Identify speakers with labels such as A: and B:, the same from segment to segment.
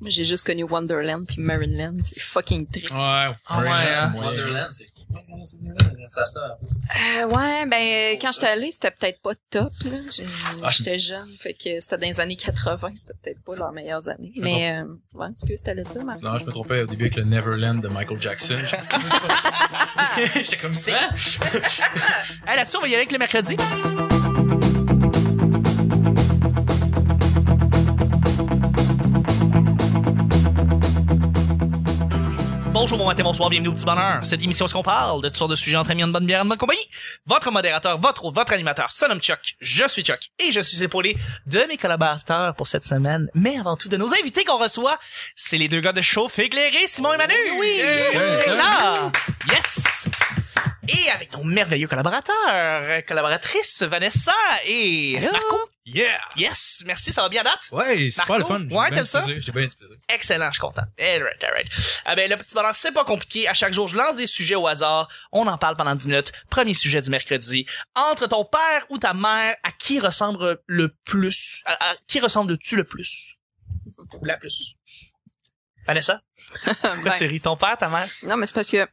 A: Moi, J'ai juste connu Wonderland puis Maryland. C'est fucking triste.
B: Ouais.
C: Ah ouais, hein?
D: Wonderland, c'est Wonderland, ça se tape.
A: Euh, ouais, ben euh, quand j'étais allée, c'était peut-être pas top. là. J'ai-
C: Ah,
A: J'étais jeune, fait que c'était dans les années 80, c'était peut-être pas leurs meilleures années. Mais euh, ouais, est-ce que c'était dire, Marie?
B: Non, je me trompais au début avec le Neverland de Michael Jackson. J'étais comme hein? ça.
C: Hey, Là-dessus, on va y aller avec le mercredi. Bonjour, bon matin, bonsoir, bienvenue au Petit Bonheur. Cette émission, où est-ce qu'on parle de toutes sortes de sujets entre amis, en bonne bière, en bonne compagnie? Votre modérateur, votre hôte, votre animateur, son nom Chuck. Je suis Chuck et je suis épaulé de mes collaborateurs pour cette semaine, mais avant tout de nos invités qu'on reçoit, c'est les deux gars de Chauffe Éclairé, Simon et Manu. Oui,
B: oui, oui.
C: là. Yes! Et avec nos merveilleux collaborateurs, euh, collaboratrices, Vanessa et Eh, Marco.
B: Yeah!
C: Yes, merci, ça va bien à date?
B: Ouais, c'est
C: Marco?
B: pas le fun. J'ai
C: Ouais,
B: bien
C: t'aimes
B: du
C: ça?
B: plaisir, J'ai bien du plaisir.
C: Excellent, je suis content. All right, all right. Ah ben, le petit bonheur, c'est pas compliqué. À chaque jour, je lance des sujets au hasard. On en parle pendant 10 minutes. Premier sujet du mercredi. Entre ton père ou ta mère, à qui ressemble le plus? À, à qui ressembles-tu le plus? Ou la plus? Vanessa? Pourquoi
A: Ben,
C: tu ris? Ton père, ta mère?
A: Non, mais c'est parce que.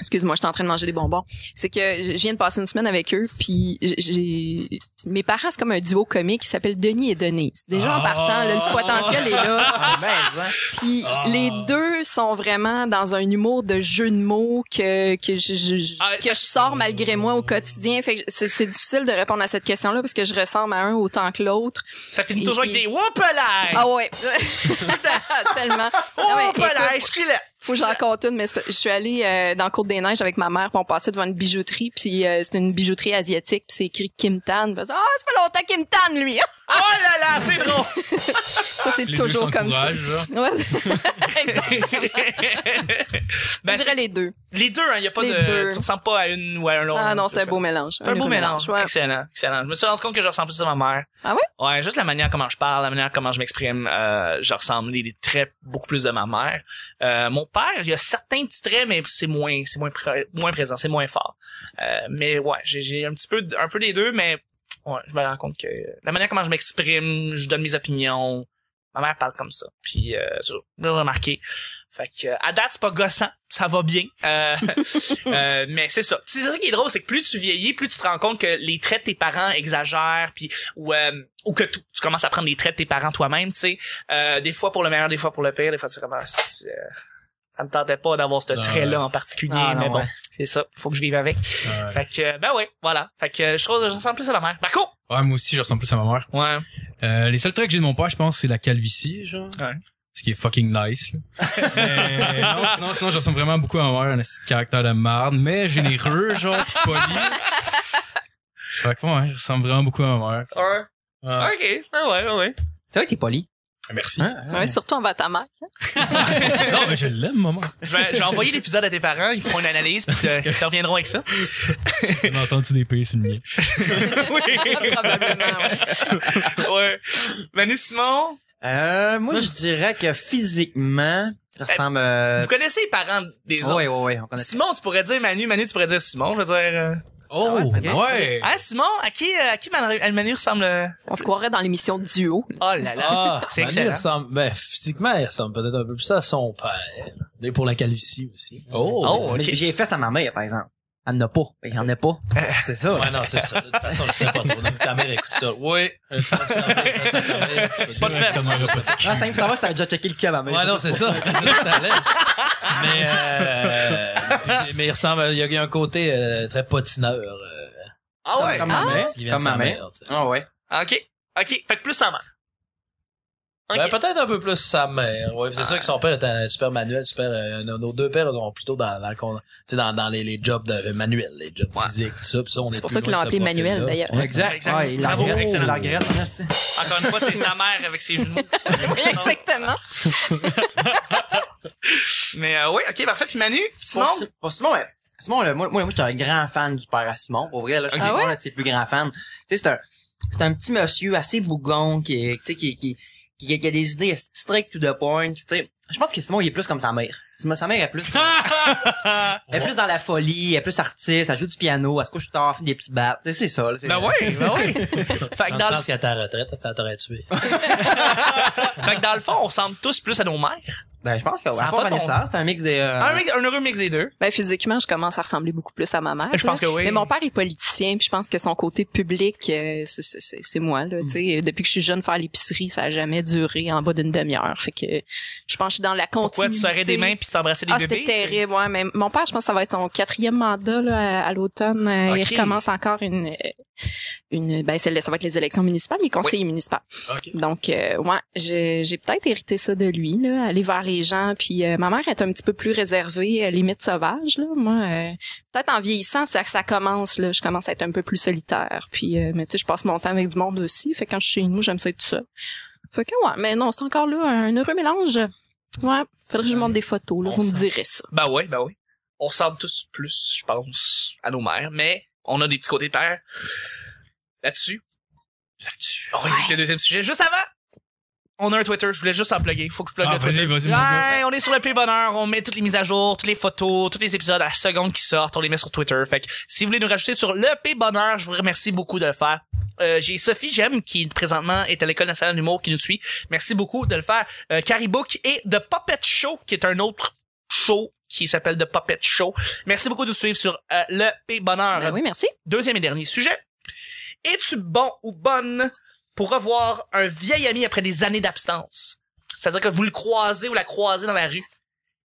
A: Excuse-moi, j'étais en train de manger des bonbons. C'est que je je viens de passer une semaine avec eux, puis j- j'ai mes parents c'est comme un duo comique qui s'appelle Denis et Denise. Déjà en
B: Oh.
C: Ah.
A: partant, là, le potentiel est là. Puis
B: Ah.
A: les deux sont vraiment dans un humour de jeu de mots que que je, je- je-
C: Ah,
A: que je sors malgré moi au quotidien. Fait que c'est c'est difficile de répondre à cette question-là parce que je ressemble à un autant que l'autre.
C: Ça finit
A: Et
C: toujours avec
A: puis-
C: des whoop là!
A: Ah ouais, tellement. Non, mais
C: Whoop là!
A: écoute,
C: Excuse-le!
A: faut que j'en compte une, mais c'est- je suis allée euh, dans le cours des neiges avec ma mère, puis on passait devant une bijouterie, puis euh, c'est une bijouterie asiatique, puis c'est écrit Kim Tan. Puis, Ah, ça fait longtemps Kim Tan, lui! Ah!
C: Oh là là, c'est drôle!
A: Ça, c'est
B: Les deux
A: toujours comme ça.
B: s'encouragent, genre.
A: Ouais, exact.
C: Ben,
A: je dirais les deux.
C: les deux, hein, y a pas
A: Les
C: de,
A: deux.
C: tu ressembles pas à une ou à un autre.
A: Ah non, c'est un beau mélange.
C: C'est un beau mélange.
A: ouais.
C: Excellent, excellent. Je me suis rendu compte que je ressemble plus à ma mère.
A: Ah ouais?
C: Ouais, juste la manière comment je parle, la manière comment je m'exprime, euh, je ressemble les les traits beaucoup plus de ma mère. Euh, mon père, il y a certains petits traits, mais c'est moins, c'est moins, pré- moins présent, c'est moins fort. Euh, mais ouais, j'ai, j'ai un petit peu, d- un peu des deux, mais ouais, je me rends compte que la manière comment je m'exprime, je donne mes opinions. Ma mère parle comme ça. Puis, euh, ça, j'ai remarqué. Fait que, euh, à date, c'est pas gossant. Ça va bien. Euh, Euh, mais c'est ça. C'est ça qui est drôle, c'est que plus tu vieillis, plus tu te rends compte que les traits de tes parents exagèrent, puis ou euh, ou que tu, tu commences à prendre les traits de tes parents toi-même, tu sais. Euh, des fois pour le meilleur, des fois pour le pire, des fois tu commences. euh, ça me tentait pas d'avoir ce
B: Non,
C: trait-là
B: ouais.
C: en particulier,
B: Ah, non,
C: mais bon,
B: ouais.
C: c'est ça. Faut que je vive avec.
B: Ouais.
C: Fait que euh, ben ouais, voilà. Fait que euh, je trouve que je ressemble plus à ma mère. Marco.
B: Ouais, moi aussi, je ressemble plus à ma mère.
C: Ouais.
B: Euh, les seuls trucs que j'ai de mon père, je pense, c'est la calvitie, genre.
C: Ouais.
B: Ce qui est fucking nice. là. Mais non, sinon, sinon, je ressemble vraiment beaucoup à ma mère, un esti de caractère de marde, mais généreux, genre, pis poli. Fait que ouais, je ressemble vraiment beaucoup à ma mère.
C: Ouais.
B: Ouais.
C: Ok. Ah ouais, ouais, ouais.
D: C'est vrai que t'es poli. Hein,
B: Merci.
A: Ouais, surtout envers ta mère.
B: Non, mais je l'aime, maman.
C: Je vais, je vais envoyer l'épisode à tes parents, ils feront une analyse, puis te, te reviendront avec ça.
B: On a entendu des pays sur le mien.
A: Probablement, ouais.
C: ouais. Manu Simon,
D: Euh, moi, je dirais que physiquement, je ressemble, euh,
C: vous connaissez les parents des autres?
D: ouais, ouais, ouais, on connaît.
C: Simon, tu pourrais dire Manu, Manu, tu pourrais dire Simon, je veux dire. euh,
B: Oh,
A: Ah ouais, c'est bien,
B: ouais.
C: Ah, Simon, à qui, euh, à qui Manu, Manu ressemble? euh,
A: On se croirait dans l'émission duo.
C: Oh là là.
E: Ah,
C: C'est
E: Manu
C: excellent.
E: ressemble- ben, physiquement, il ressemble peut-être un peu plus à son père. Et pour la calvitie aussi.
B: Oh.
C: Oh,
D: Mais
C: ok.
D: J'ai fait ça à ma mère, par exemple. Elle n'a pas. Il y en a pas. C'est ça.
E: Ouais, non, c'est ça. De toute façon, je sais pas trop. Donc, ta mère écoute ça. Oui. je ressemble plus à ta mère.
C: Pas de fesses.
B: Comment elle a fait?
D: Ah, simple, ça va, si t'avais déjà checké le cul à ma mère.
E: Ouais, non, c'est ça. T'es à l'aise. mais, euh, puis- mais il ressemble, il y a- il y a un côté euh, très patineur. euh,
C: Ah ouais.
D: Comme ma mère.
E: qui vient de
D: Comme ma
E: sa
D: mère.
E: mère. tu sais.
D: Ah ouais.
C: Ok. Ok. Fait que plus sa mère. Ok.
E: Ben, peut-être un peu plus sa mère. Ouais, Puis c'est sûr que son père est un super manuel, super. euh, nos nos deux pères ils sont plutôt dans dans, le con- tu sais, dans, dans les, les jobs de euh, manuels, les jobs physiques, tout ça. Puis on est
A: C'est pour
E: plus
A: ça qu'ils l'ont
E: loin de ce
A: appelé Manuel,
E: profil-là.
A: d'ailleurs.
D: Exact.
C: Exact.
D: Ouais, il la
C: Bravo,
D: regrette.
C: excellent.
D: Il la regrette, hein, merci.
C: Encore une fois, c'est ta mère avec ses genoux.
A: Exactement.
C: Mais euh, oui, ok, parfait. Puis Manu, Simon.
D: Pour, Si- pour Simon, ouais. Simon, là, moi, moi, moi, j'étais un grand fan du père à Simon. Pour vrai, là, je suis
A: Ah ouais?
D: un de ses plus grands fans. Tu sais, c'est un, c'est un petit monsieur assez bougon qui, est- tu sais, qui, qui, qui, qui a des idées strictes to the point. Tu sais, Je pense que Simon, il est plus comme sa mère. Simon, sa mère est plus, elle est plus dans la folie, elle est plus artiste, elle joue du piano, elle se couche tard, fait des petits battes. Tu sais, C'est ça, là, c'est
C: ben oui, ben oui. fait, que
E: Bonne
C: dans le,
E: chance qu'à ta retraite, ça t'aurait tué.
C: fait que dans le fond, on ressemble tous plus à nos mères.
D: Ben, je pense que,
C: Ça a
D: à part
C: pas de bon Ah
D: Vanessa, c'est un mix des, euh,
C: Un, mix- un heureux mix des deux.
A: Ben, physiquement, je commence à ressembler beaucoup plus à ma mère.
C: Je pense que
A: là.
C: oui.
A: Mais mon père est politicien, puis je pense que son côté public, euh, c'est- c'est c'est- c'est moi.
E: Mm.
A: Là, tu sais. Depuis que je suis jeune, faire l'épicerie, ça a jamais duré en bas d'une demi-heure. Fait que je pense que je suis dans la continuité.
C: Pourquoi tu serrais des mains puis tu t'embrassais des
A: ah,
C: bébés?
A: c'était terrible, ouais. Mais mon père, je pense que ça va être son quatrième mandat là, à, à l'automne. Euh,
C: Ok.
A: Il recommence encore une, euh, une ben, celle- ça va être les élections municipales, les conseillers municipaux.
B: Ok.
A: Donc, euh, ouais, j'ai j'ai peut-être hérité ça de lui, là, aller vers les gens. Puis euh, ma mère est un petit peu plus réservée, euh, limite sauvage, là. Moi, euh, peut-être en vieillissant, ça, ça commence, là. Je commence à être un peu plus solitaire. Puis, euh, mais tu sais, je passe mon temps avec du monde aussi. Fait que quand je suis chez nous, j'aime ça être tout seul. Fait que, ouais, mais non, c'est encore là un heureux mélange. Ouais, faudrait que je vous montre des photos, là.
C: On
A: Vous me
C: sent.
A: direz ça.
C: Ben oui, ben oui. On ressemble tous plus, je pense, à nos mères, mais on a des petits côtés de père. Là-dessus. Là-dessus. Oh, il y a eu le deuxième sujet. Juste avant, on a un Twitter. Je voulais juste en plugger. Faut que je plug
B: Ah,
C: le
B: vas-y,
C: Twitter.
B: vas-y, mon gars.
C: Ouais, on est sur le Play Bonheur. On met toutes les mises à jour, toutes les photos, tous les épisodes à la seconde qui sortent. On les met sur Twitter. Fait que si vous voulez nous rajouter sur le Play Bonheur, je vous remercie beaucoup de le faire. Euh, j'ai Sophie Gem qui présentement est à l'école nationale d'humour qui nous suit. Merci beaucoup de le faire. Euh, Caribook et The Puppet Show qui est un autre show qui s'appelle The Puppet Show. Merci beaucoup de nous suivre sur euh, le P Bonheur.
A: Ben oui, merci.
C: Deuxième et dernier sujet. Es-tu bon ou bonne pour revoir un vieil ami après des années d'absence? C'est-à-dire que vous le croisez ou la croisez dans la rue.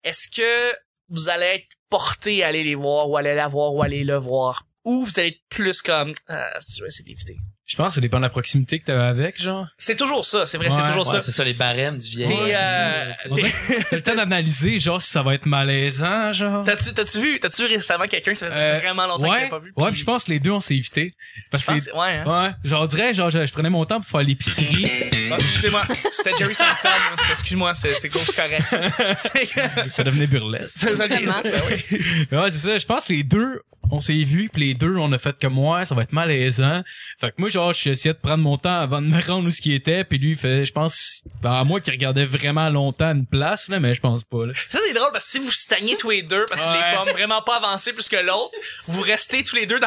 C: Est-ce que vous allez être porté à aller les voir ou aller la voir ou aller le voir? Ou vous allez être plus comme, ah, si je vais essayer d'éviter.
B: Je pense que ça dépend de la proximité que t'avais avec, genre.
C: C'est toujours ça, c'est vrai, c'est
B: Ouais,
C: toujours ça.
E: Ouais, c'est ça, les barèmes du vieil.
C: T'es,
E: Ouais, c'est ça.
C: euh,
B: On dirait que T'as le temps d'analyser, genre, si ça va être malaisant, genre.
C: T'as-tu, t'as-tu vu, t'as-tu vu récemment quelqu'un, ça fait
B: Euh,
C: vraiment longtemps que
B: Ouais,
C: j'ai pas vu.
B: ouais,
C: puis
B: puis je pense que les deux, on s'est évité. Parce
C: je
B: que les
C: pense- ouais, hein.
B: Ouais, genre, on dirait, genre, je, je prenais mon temps pour faire l'épicerie.
C: Ah, excusez-moi, c'était Jerry Seinfeld, moi, c'est- excuse-moi, c'est, c'est gros, c'est correct. c'est,
B: ça devenait burlesque.
C: c'est-
A: Vraiment.
C: ben oui.
B: Ouais, c'est ça. Je pense que les deux, on s'est vus, puis les deux, on a fait comme moi, ça va être malaisant. Fait que moi, genre, j'essayais de prendre mon temps avant de me rendre où ce qui était, puis lui, il fait, je pense, bah, à moi qui regardais vraiment longtemps une place, là, mais je pense pas, là.
C: Ça, c'est drôle parce que si vous stagnez tous les deux parce que vous
B: Ouais.
C: voulez pas vraiment pas avancer plus que l'autre, vous restez tous les deux dans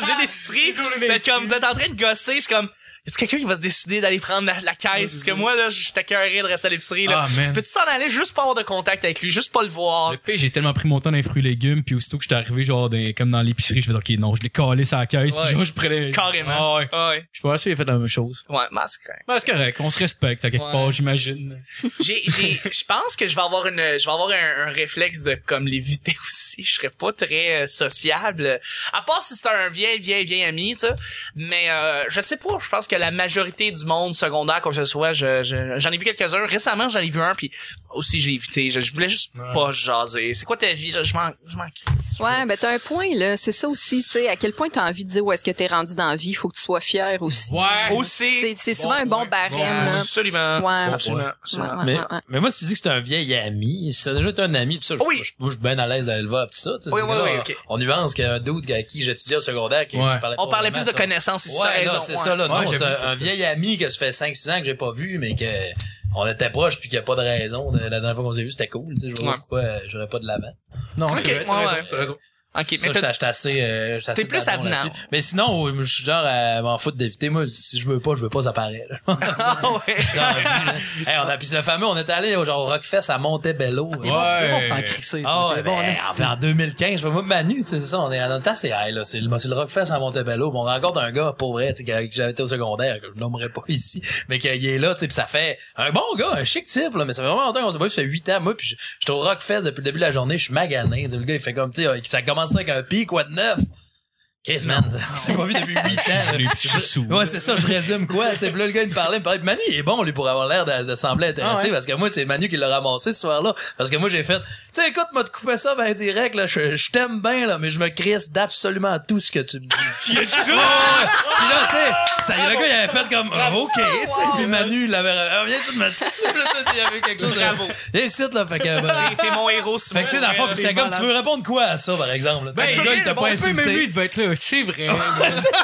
C: rangée d'épicerie. Vous êtes comme, vous êtes en train de gosser, puis c'est comme, est-ce quelqu'un qui va se décider d'aller prendre la, la caisse? Parce que moi, là, je suis écoeuré de rester à l'épicerie, là.
B: Ah, man.
C: Peux-tu t'en aller juste pas avoir de contact avec lui, juste pas le voir?
B: Le pire, j'ai tellement pris mon temps dans les fruits et légumes, puis aussitôt que j'étais arrivé, genre, dans- comme dans l'épicerie, je fais, ok, non, je l'ai collé sa caisse,
C: Ouais.
B: puis genre, je prenais.
C: Carrément.
B: Ah ouais.
C: Ouais.
B: Je suis pas sûr, il a fait la même chose.
C: Ouais, masque. hein.
B: Bah, c'est correct, on se respecte, à quelque
C: Ouais.
B: part, j'imagine.
C: J'ai, j'ai, je pense que je vais avoir une, je vais avoir un, un réflexe de comme l'éviter aussi. Je serais pas très euh, sociable. À part si c'est un vieil, vieil, vieil ami, tu sais. Mais euh, je sais pas. Je pense que la majorité du monde secondaire, comme ce soit, je, je- j'en ai vu quelques-uns. Récemment, j'en ai vu un, puis aussi j'ai évité. Je, je voulais juste
B: Ouais.
C: pas jaser. C'est quoi ta vie Je, je m'en, je m'en crisse.
A: Ouais, ben t'as un point là, c'est ça aussi, tu sais, à quel point t'as envie de dire où est-ce que t'es rendu dans la vie, faut que tu sois fier aussi.
B: Ouais.
C: Aussi.
A: C'est c'est souvent un bon
B: ouais,
A: barème.
B: ouais.
A: là.
C: Absolument.
A: Ouais.
C: Absolument. absolument.
A: Ouais, ouais,
E: Mais,
A: ouais, ouais.
E: mais moi, si tu dis que c'est un vieil ami, si ça a déjà été un ami, pis ça, je-
C: Oui.
E: je- moi, je suis bien à l'aise d'aller le voir, pis ça, tu sais,
C: Oui,
E: c'est
C: oui,
E: que
C: oui,
E: là, euh,
C: ok.
E: On nuance qu'il y a un doute à qui j'étudiais au secondaire, que
B: Ouais.
E: je parlais
C: On
E: pas
C: parlait
E: vraiment,
C: plus de
E: ça.
C: connaissances ici. t'as
E: Ouais, non,
C: raison,
E: c'est
C: ouais.
E: ça, là.
B: Ouais,
E: non,
B: j'ai vu,
E: c'est un, un vieil ami que ça fait 5-6 ans que j'ai pas vu, mais que on était proche puis qu'il n'y a pas de raison. La dernière fois qu'on s'est vu, c'était cool, tu sais. Je vois
C: Ouais.
E: pas pourquoi euh, j'aurais pas de l'avant.
B: Non,
C: Ok,
B: c'est vrai, t'as
C: ouais,
B: raison,
C: ouais.
B: t'as raison.
C: Ok,
E: Ça,
C: mais
E: j'étais
C: t'as-
E: j'étais assez, euh, j'étais assez
C: T'es plus
E: pardon
C: avenant.
E: là-dessus. Mais sinon, euh, je suis genre à m'en foutre d'éviter. Moi, si je veux pas, je veux pas, ça paraît, là.
C: Ah ouais.
E: Dans la vie, là. Hey, on a, puis le fameux, on est allé au genre au Rockfest à Montebello.
D: C'est bon, c'est bon
B: Ouais.
D: de t'en crisser.
E: Ah,
D: C'est
E: ouais,
D: bon,
E: ben,
D: hostie.
E: en, en 2015, je fais, moi, Manu, tu sais, c'est ça, on est en même temps, c'est high, là. C'est le, c'est le Rockfest à Montebello. Puis On rencontre un gars, pour vrai, tu sais, que j'avais été au secondaire, que je nommerai pas ici, mais qu'il est là, tu sais, pis ça fait un bon gars, un chic type, là, mais ça fait vraiment longtemps qu'on s'est pas vu, ça fait 8 ans, moi, pis je- j'étais au Rockfest depuis le début de la journée, je suis magané, tu sais, le gars, il fait comme, tu sais, ça commence avec un pic, quoi de neuf? Qu'est-ce, man? On s'est pas vu depuis 8 ans, là.
B: Les petits sous.
E: Ouais, c'est ça, je résume quoi. Tu sais, puis là, le gars, il me parlait, il me parlait. Puis Manu, il est bon, lui, pour avoir l'air de, de sembler intéressé,
D: Ah ouais.
E: parce que moi, c'est Manu qui l'a ramassé ce soir-là. Parce que moi, j'ai fait, tu sais, écoute, moi, te couper ça, ben, direct, là, je, je t'aime bien, là, mais je me crisse d'absolument tout ce que tu me dis. tu as dit ça? Puis là, tu sais, ça, le gars, il avait fait comme, Ah, OK, tu sais, puis Manu, il l'avait, ah, viens-tu de me tuer? Puis là, Il y avait quelque chose
C: Bravo.
E: de... Viens ici, là, fait que, ben,
C: T'es- T'es mon héros, Simon.
E: fait que, tu sais, dans le fond,
C: Ouais,
E: c'était
C: t'es
E: comme,
C: malade.
E: tu veux répondre quoi à ça, par exemple? là? Tu sais,
C: Ben,
E: le gars, il t'a
C: bon,
E: pas
B: On peut, mais lui,
E: insulté.
B: il devait être là. C'est vrai.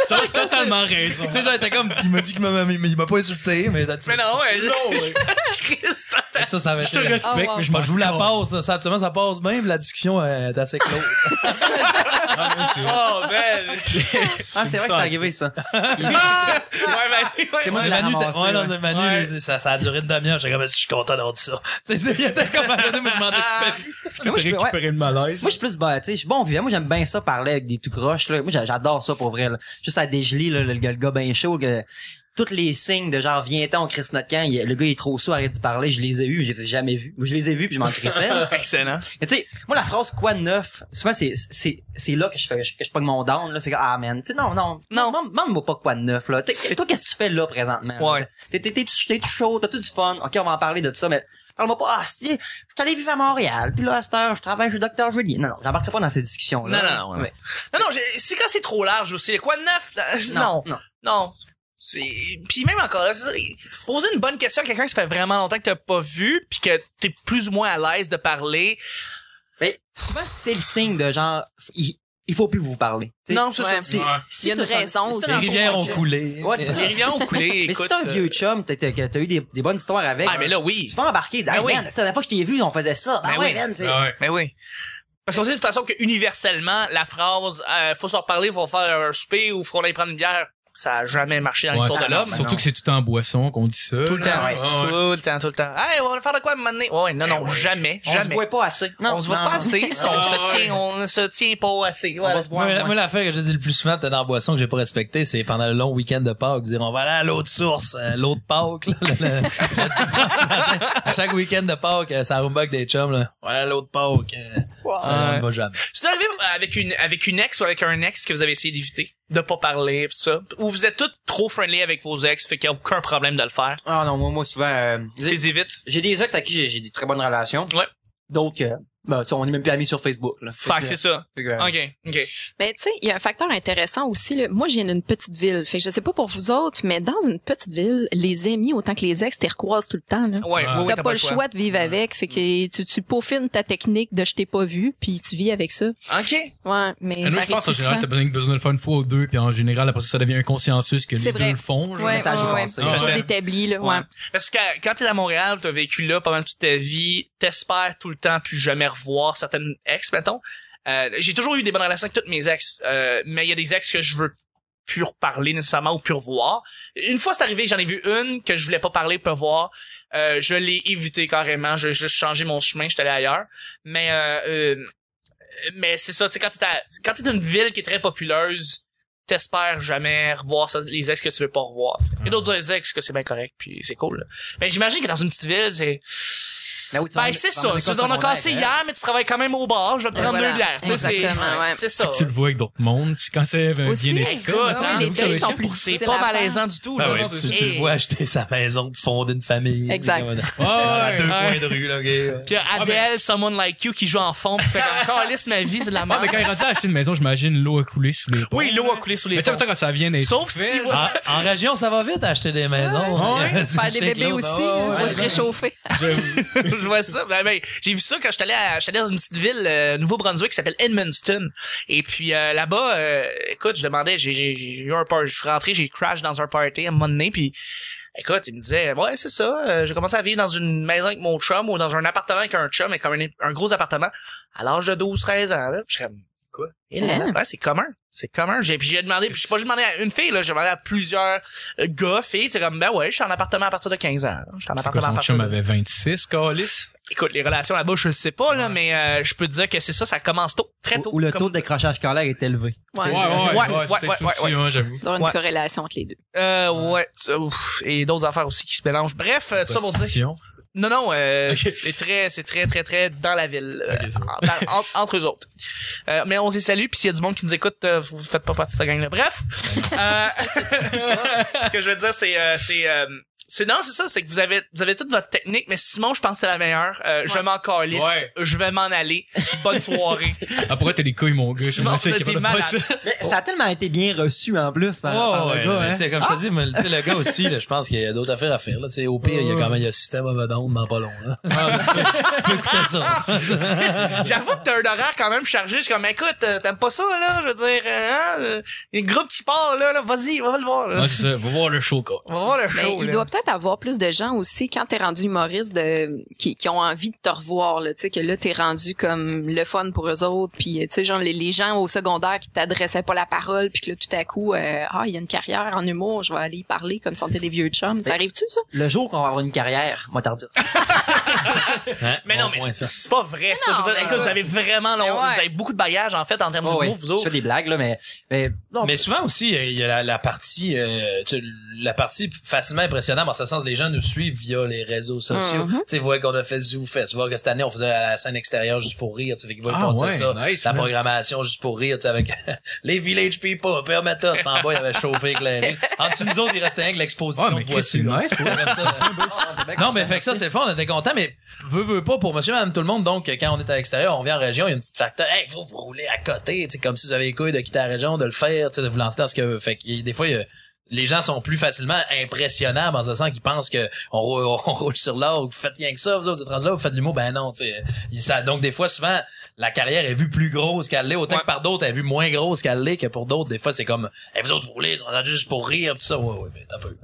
B: T'as totalement raison.
E: Tu sais, genre, il était comme, il m'a dit qu'il m'a, il m'a pas insulté, mais t'as- tu
C: Mais non, ouais. non. Christ, restant.
E: Ça, ça va être.
B: Je te respecte,
A: Ah, wow.
B: mais je
E: Je
B: m'en
E: pense que je vous la
B: calme.
E: passe, là. ça, absolument, ça passe bien, puis la discussion euh, est assez close.
B: Ah, man, c'est-
C: Oh, man!
D: Ah, c'est vrai que c'est arrivé, ça.
C: Ouais, Manu, Ah! ouais.
D: C'est moi
E: Ouais,
D: qui l'ai
E: Manu, t'as-
D: ramassé,
E: ouais, non,
D: ouais.
E: c'est Manu,
C: Ouais.
E: lui, ça, ça a duré une demi-heure. J'étais comme, je suis content d'avoir dit ça. Tu sais, j'étais comme, arrêtez, mais je m'en occupais plus.
B: T'as
D: Moi, je peux-
B: récupéré le malaise.
D: Moi, je suis plus, bah, tu sais, je suis bon vivant. Moi, j'aime bien ça, parler avec des tout croches, là. Moi, j'a- j'adore ça, pour vrai, là. Juste à dégeler, là, le, le gars bien chaud, que tous les signes de genre, viens-t'en, on crisse notre camp. Il- le gars, il est trop saoul, arrête d'y parler. Je les ai eus, mais j'ai jamais vu. Moi, Je les ai vus, puis je m'en crissais, là.
C: Excellent.
D: Mais tu sais, moi, la phrase quoi de neuf, souvent, c'est, c'est, c'est là que je fais, que je pogne mon down, là. C'est que, ah, man, tu sais, non, non, non, demande- demande-moi pas quoi de neuf, là. T'es-
C: C'est-
D: Toi, qu'est-ce que tu fais là, présentement? là?
C: Ouais.
D: T'es, t'es, t'es, t'es tout chaud, t'as tout du fun. Ok, on va en parler de ça, mais parle-moi pas, ah, si, je suis allé vivre à Montréal, puis là, à cette heure, je travaille chez Docteur Julien. Non, non, j'embarquerai pas dans ces discussions-là.
C: Non, non, non, non.
D: Mais-
C: Non, non, j'ai- c'est quand c'est trop large aussi. Les Quoi de neuf? Euh,
D: non,
C: Non.
D: non.
C: Non. C'est- Puis même encore, là, c'est ça, poser une bonne question à quelqu'un que ça fait vraiment longtemps que t'as pas vu, puis que t'es plus ou moins à l'aise de parler.
D: Mais souvent, c'est le signe de genre, il, il faut plus vous parler. Tu sais,
C: Non, c'est
A: Ouais.
C: ça.
D: si-
B: Ouais.
D: si
A: Il y a une
D: t'as-
A: raison
D: si
A: aussi.
D: t'as-
E: Les
A: dans
E: rivières
A: son
E: ont
A: projet.
E: coulé.
D: Ouais, c'est ça.
C: Les rivières ont coulé.
D: Mais
C: écoute,
D: si t'as un
C: euh,
D: vieux chum, t'as, t'as, t'as eu des, des bonnes histoires avec.
C: Ah, mais là, oui.
D: Tu peux embarquer et dire,
C: Ben
D: hey,
C: oui.
D: man, c'est la dernière fois que je t'ai vu, on faisait ça. Ah
C: Ben
D: ouais,
C: oui.
D: man, tu sais.
B: Ah ouais.
C: Mais oui. Parce qu'on sait de toute façon que universellement, la phrase euh, faut se reparler, faut faire un souper ou faut aller prendre une bière, ça a jamais marché dans
B: Ouais,
C: l'histoire
B: c'est-
C: de l'homme.
D: ben
B: Surtout
D: non.
B: que c'est tout en boisson qu'on dit ça.
C: Tout le temps,
B: là.
D: ouais. Eh
B: Ah,
C: Tout le temps, tout le temps. Hey, on va faire de quoi maintenant? Ouais, non, non, jamais,
D: On se
C: jamais.
D: voit pas assez. Non,
C: on se voit
D: non.
C: pas assez, ça, on
B: Ah,
C: se
B: ouais.
C: tient, on ne se tient pas assez.
D: On
C: Voilà.
D: va se voir.
E: moi, la-
D: moins.
E: moi, l'affaire que j'ai dit le plus souvent, peut-être dans la boisson, que j'ai pas respecté, c'est pendant le long week-end de Pâques, dire on va aller à l'autre source, euh, l'autre Pâques. là, le- le- à chaque week-end de Pâques, euh, ça rumba avec des chums. Là. On va aller à l'autre Pâques. euh, ça
C: Ouais.
E: ne va jamais.
C: C'est arrivé euh, avec une, avec une ex ou avec un ex que vous avez essayé d'éviter, de pas parler, pis ça. Ou vous êtes tous trop friendly avec vos ex, fait qu'il y a aucun problème de le faire.
D: Ah non, moi, moi souvent, euh,
C: Tu les évites.
D: j'ai des ex à qui j'ai, j'ai des très bonnes relations.
C: Ouais.
D: D'autres, euh, ben, tu sais, on est même plus amis sur Facebook. Là.
C: Fait que c'est ça. Ben,
D: Fait que, euh,
C: Ok, ok.
A: Mais Ben, tu sais, il y a un facteur intéressant aussi. Là. Moi, je viens d'une petite ville. Fait que je sais pas pour vous autres, mais dans une petite ville, les amis, autant que les ex, t'es recroisent tout le temps. Là.
C: Ouais, ouais,
B: T'as
C: ouais,
A: T'as pas, le choix. de vivre avec. Fait que tu, tu peaufines ta technique de je t'ai pas vu, puis tu vis avec ça.
C: Ok.
A: Ouais, mais
B: Mais
A: ça
B: moi, je
A: arrive
B: pense en
A: plus
B: général, t'as
A: souvent.
B: besoin, besoin de le faire une fois ou deux, puis en général, après ça, ça devient un consensus que
A: C'est
B: les
A: vrai.
B: deux le font. genre.
A: Ouais,
D: ça, j'y
A: ouais, ouais.
D: pensais.
A: Quelque chose
B: Ouais.
A: d'établi, là. Ouais.
C: Ouais. Parce que quand t'es à Montréal, t'as vécu là pendant toute ta vie, t'espères tout le temps plus jamais revoir certaines ex, mettons. Euh, j'ai toujours eu des bonnes relations avec toutes mes ex, euh, mais il y a des ex que je veux plus reparler nécessairement ou plus revoir. Une fois c'est arrivé, j'en ai vu une que je voulais pas parler, pas voir. Euh, je l'ai évité carrément, j'ai juste changé mon chemin, j'étais allé ailleurs. Mais euh, euh, mais c'est ça, tu sais quand t'es à- quand t'es dans une ville qui est très populeuse, t'espères jamais revoir ça- les ex que tu veux pas revoir. Il y a d'autres ex que c'est bien correct, puis c'est cool. là. Mais j'imagine que dans une petite ville, c'est
D: ben oui, tu vas
C: ben
D: en-
C: c'est
D: tu vas
C: ça.
D: en école
C: c'est- On a
D: secondaire,
C: cassé
D: hein.
C: hier, mais tu travailles quand même au bar. Je vais te
A: Et
C: prendre
A: voilà.
C: deux bières. Tu sais, c'est-
A: Exactement, ouais.
C: C'est ça.
B: Tu le vois avec d'autres mondes. Quand c'est euh,
A: Aussi,
B: bien
A: écoute,
B: écrit,
A: hein,
B: mettons,
A: oui, les
B: nous,
A: deux,
B: ça va
A: ils
B: être
A: sont
B: chiant.
A: plus
C: C'est
A: difficiles
C: pas
A: à faire.
C: malaisant du tout.
E: Ben
C: là.
E: ouais,
C: Non,
E: tu,
C: c'est-
E: tu le
A: Et-
E: vois acheter sa maison, fonder une famille.
A: Exact.
E: Comme, euh,
B: Ouais,
E: à deux
B: ouais.
E: coins de rue, là, gars.
C: Puis Adele, Someone Like You qui joue en fond, puis tu fais comme calisse ma vie, c'est de la
B: Ah,
C: merde.
B: mais quand il est rendu à acheter une maison, j'imagine l'eau a coulé sous les ponts.
C: Oui, l'eau a coulé sous les
B: Mais tu sais,
C: ponts.
B: mettons, quand ça vient d'être
C: Sauf
B: fait,
C: si-
B: genre,
E: En, en région, ça va vite acheter des maisons.
B: Ouais.
A: Faire des bébés aussi, on va se réchauffer.
C: je vois ça. Ben, ben, j'ai vu ça quand j'étais allé, à- j'étais allé dans une petite ville, euh, Nouveau-Brunswick, qui s'appelle Edmundston. Et puis euh, là-bas, euh, écoute, je demandais, j'ai, j'ai, j'ai eu un party, je suis rentré, j'ai crash dans un party à un moment donné, puis écoute, il me disait, ouais, c'est ça, euh, j'ai commencé à vivre dans une maison avec mon chum ou dans un appartement avec un chum, mais comme un, un gros appartement, à l'âge de 12-13 ans. Là, Puis je suis comme, quoi? Et là, là, ouais, c'est commun. C'est commun. J'ai, puis j'ai demandé, puis je suis pas juste demandé à une fille, là, j'ai demandé à plusieurs euh, gars, filles, c'est comme, ben ouais, je suis en appartement à partir de 15 ans. là. Je suis en
B: C'est
C: appartement
B: quoi,
C: à
B: son
C: partir
B: chum
C: de-
B: avait 26, Calis.
C: Écoute, les relations là-bas, je le sais pas, là, mais euh, je peux te dire que c'est ça, ça commence tôt, très
D: Où-
C: tôt.
D: Où le
C: comme
D: taux
C: tu
D: de décrochage scolaire est élevé.
A: Ouais.
B: Ouais, ouais,
C: Ouais,
B: ouais,
C: ouais,
B: c'est peut-être ça
C: ouais,
B: aussi, hein, j'avoue.
A: D'avoir une
C: Ouais.
A: corrélation entre les deux.
C: Euh, ouais. tu- ouf, et d'autres affaires aussi qui se mélangent. Bref, euh, tout ça pour dire.
B: Position.
C: Non, non, euh,
B: Ok.
C: c'est très, c'est très, très, très dans la ville. euh,
B: Ok, ça va.
C: en- par- en- entre eux autres. Euh, mais on les salue, puis s'il y a du monde qui nous écoute, euh, vous faites pas partie de cette gang-là. Bref. euh, ce que je veux dire, c'est, euh, c'est, euh, c'est non, c'est ça, c'est que vous avez, vous avez toute votre technique, mais Simon, je pense que c'est la meilleure. Euh, Je
A: Ouais.
C: m'en calisse,
B: Ouais.
C: je vais m'en aller. Bonne soirée.
B: Ah, pourquoi t'as les couilles, mon gars? Je
C: Simon,
B: pensais
C: t'es
B: qu'il y avait pas
C: malade.
B: ça.
D: Mais ça a tellement été bien reçu en plus par, par
E: Oh,
D: le
E: ouais,
D: gars,
E: mais
D: hein.
E: tu sais, comme je te dis, mais, tu sais, le gars aussi, là, je pense qu'il y a d'autres affaires à faire. Là, tu sais, au pire, il y a quand même il y a système à vedonne dans pas long. Là. Écoutez ça.
C: J'avoue que t'as un horaire quand même chargé. Je suis comme, écoute, euh, t'aimes pas ça, là? Je veux dire, euh, hein? euh, Il y a un groupe qui part, là, là vas-y, on va le voir. là.
B: Ah, c'est ça. Va voir le show, quoi.
C: On va voir le
A: Mais
C: show.
A: il
C: là.
A: doit peut-être peut-être avoir plus de gens aussi quand t'es rendu humoriste de qui, qui ont envie de te revoir là, tu sais que là t'es rendu comme le fun pour eux autres, puis tu sais genre les, les gens au secondaire qui t'adressaient pas la parole, puis que là tout à coup euh, ah il y a une carrière en humour, je vais aller y parler comme si on était des vieux chums, ça
D: Mais-
A: arrive-tu ça
D: Le jour qu'on va avoir une carrière, moi t'en dire.
C: Mais non, mais
E: point,
C: c'est
E: Hein? ça.
C: c'est pas vrai, ça.
A: non,
C: Je veux dire,
A: mais
C: écoute, vous avez vraiment long,
A: Mais ouais.
C: vous avez beaucoup de bagages, en fait, en termes
D: Oh,
C: de
D: ouais.
C: mots, vous
D: Je fais
C: autres.
D: des blagues là, mais mais non.
E: Mais souvent aussi, euh, il y a la, la partie, euh, tu sais, la partie facilement impressionnante. En ce sens, les gens nous suivent via les réseaux sociaux.
A: Mhm.
E: Tu sais, vois qu'on a fait ZooFest, vois que cette année on faisait à la scène extérieure juste pour rire. Tu sais, fait qu'ils vont
B: Ah
E: passer
B: ouais,
E: ça,
B: nice,
E: la
B: man.
E: programmation juste pour rire. Tu sais, avec les Village People, Père Méthode, en bas il avait chauffé éclairé. En dessous de nous autres, il restait rien que l'exposition.
B: Ah, mais hein.
E: de
B: Chris, c'est
E: voitures.
B: nice, pour vrai.
E: Comme ça. Non, mais fait que ça, c'est le fun, on était content, mais veut, veut pas pour monsieur, madame, tout le monde. Donc, quand on est à l'extérieur, on vient en région, il y a une petite facteur, hey, vous, vous roulez à côté, tu sais, comme si vous avez les couilles de quitter la région, de le faire, tu sais, de vous lancer dans ce que, fait que des fois, il y a- les gens sont plus facilement impressionnables en ce sens qu'ils pensent que on, roule- on roule sur l'or, vous faites rien que ça, vous autres, vous êtes rendus là, vous faites de l'humour, ben non, tu sais. Il- ça- Donc, des fois, souvent, la carrière est vue plus grosse qu'elle l'est, autant que par d'autres, elle est vue moins grosse qu'elle l'est que pour d'autres. Des fois, c'est comme, hey, vous autres, vous roulez, on a juste pour rire, tout ça, ouais, ouais, mais t'as peu.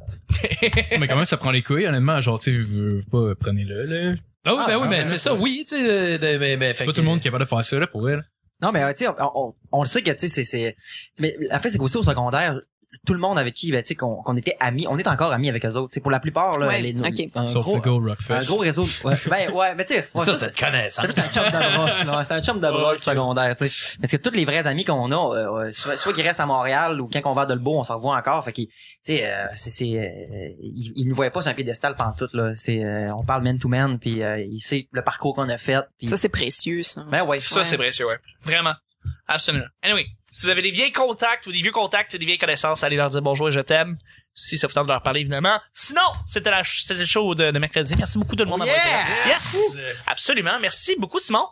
B: mais quand même, ça prend les couilles, honnêtement. Genre, tu sais, veux pas, prenez-le, là.
E: Ah oui,
D: Ah,
E: ben
D: ah,
E: oui,
D: ouais,
E: ben c'est ça, oui, tu sais, euh, de- mais, mais fait
B: C'est pas
E: que-
B: tout le monde qui est capable de faire ça, là, pour elle.
D: Non, mais euh, tu sais, on, on, on le sait que tu sais, c'est, c'est. Mais la fait, c'est qu'aussi au secondaire, tout le monde avec qui, ben, tu sais, qu'on, qu'on était amis, on est encore amis avec eux autres. Tu sais, pour la plupart, là,
A: Ouais,
D: les, nos-
A: ok.
D: un,
B: Sauf
D: gros,
B: le Gold
D: un
B: Rockfest.
D: gros réseau. Ouais, ben, ouais, mais tu sais, ouais,
E: Ça,
D: ça,
E: c'est de connaissance.
D: c'est plus un chum de brosse, là. C'est un chum de brosse secondaire, tu sais. Parce que tous les vrais amis qu'on a, euh, euh, soit, soit qu'ils restent à Montréal ou quand on va à Dolbeau, on s'en revoit encore. Fait qu'ils, tu sais, euh, c'est, c'est, euh, ils, ils nous voyaient pas sur un piédestal pantoute, là. C'est, euh, on parle man to man, puis euh, ils savent le parcours qu'on a fait. Puis,
A: Ça c'est précieux ça.
D: ben ouais.
C: Ça,
A: Ouais.
C: c'est précieux, ouais. Vraiment. Absolument. Anyway, si vous avez des vieilles contacts ou des vieux contacts, des vieilles connaissances, allez leur dire bonjour et je t'aime. Si ça vous tente de leur parler, évidemment. Sinon, c'était la, c'était le show de, de mercredi. Merci beaucoup tout le monde
D: Oh,
C: d'avoir été
D: yeah!
C: là. Yes! Absolument. Merci beaucoup, Simon.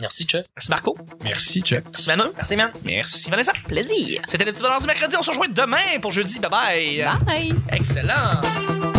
E: Merci, Chuck.
C: Merci, Marco.
B: Merci, check.
C: Merci, Manon.
D: Merci, man.
C: Merci, Vanessa.
A: Plaisir.
C: C'était le petit bonheur du mercredi. On se rejoint demain pour jeudi. Bye bye.
A: Bye.
C: Excellent.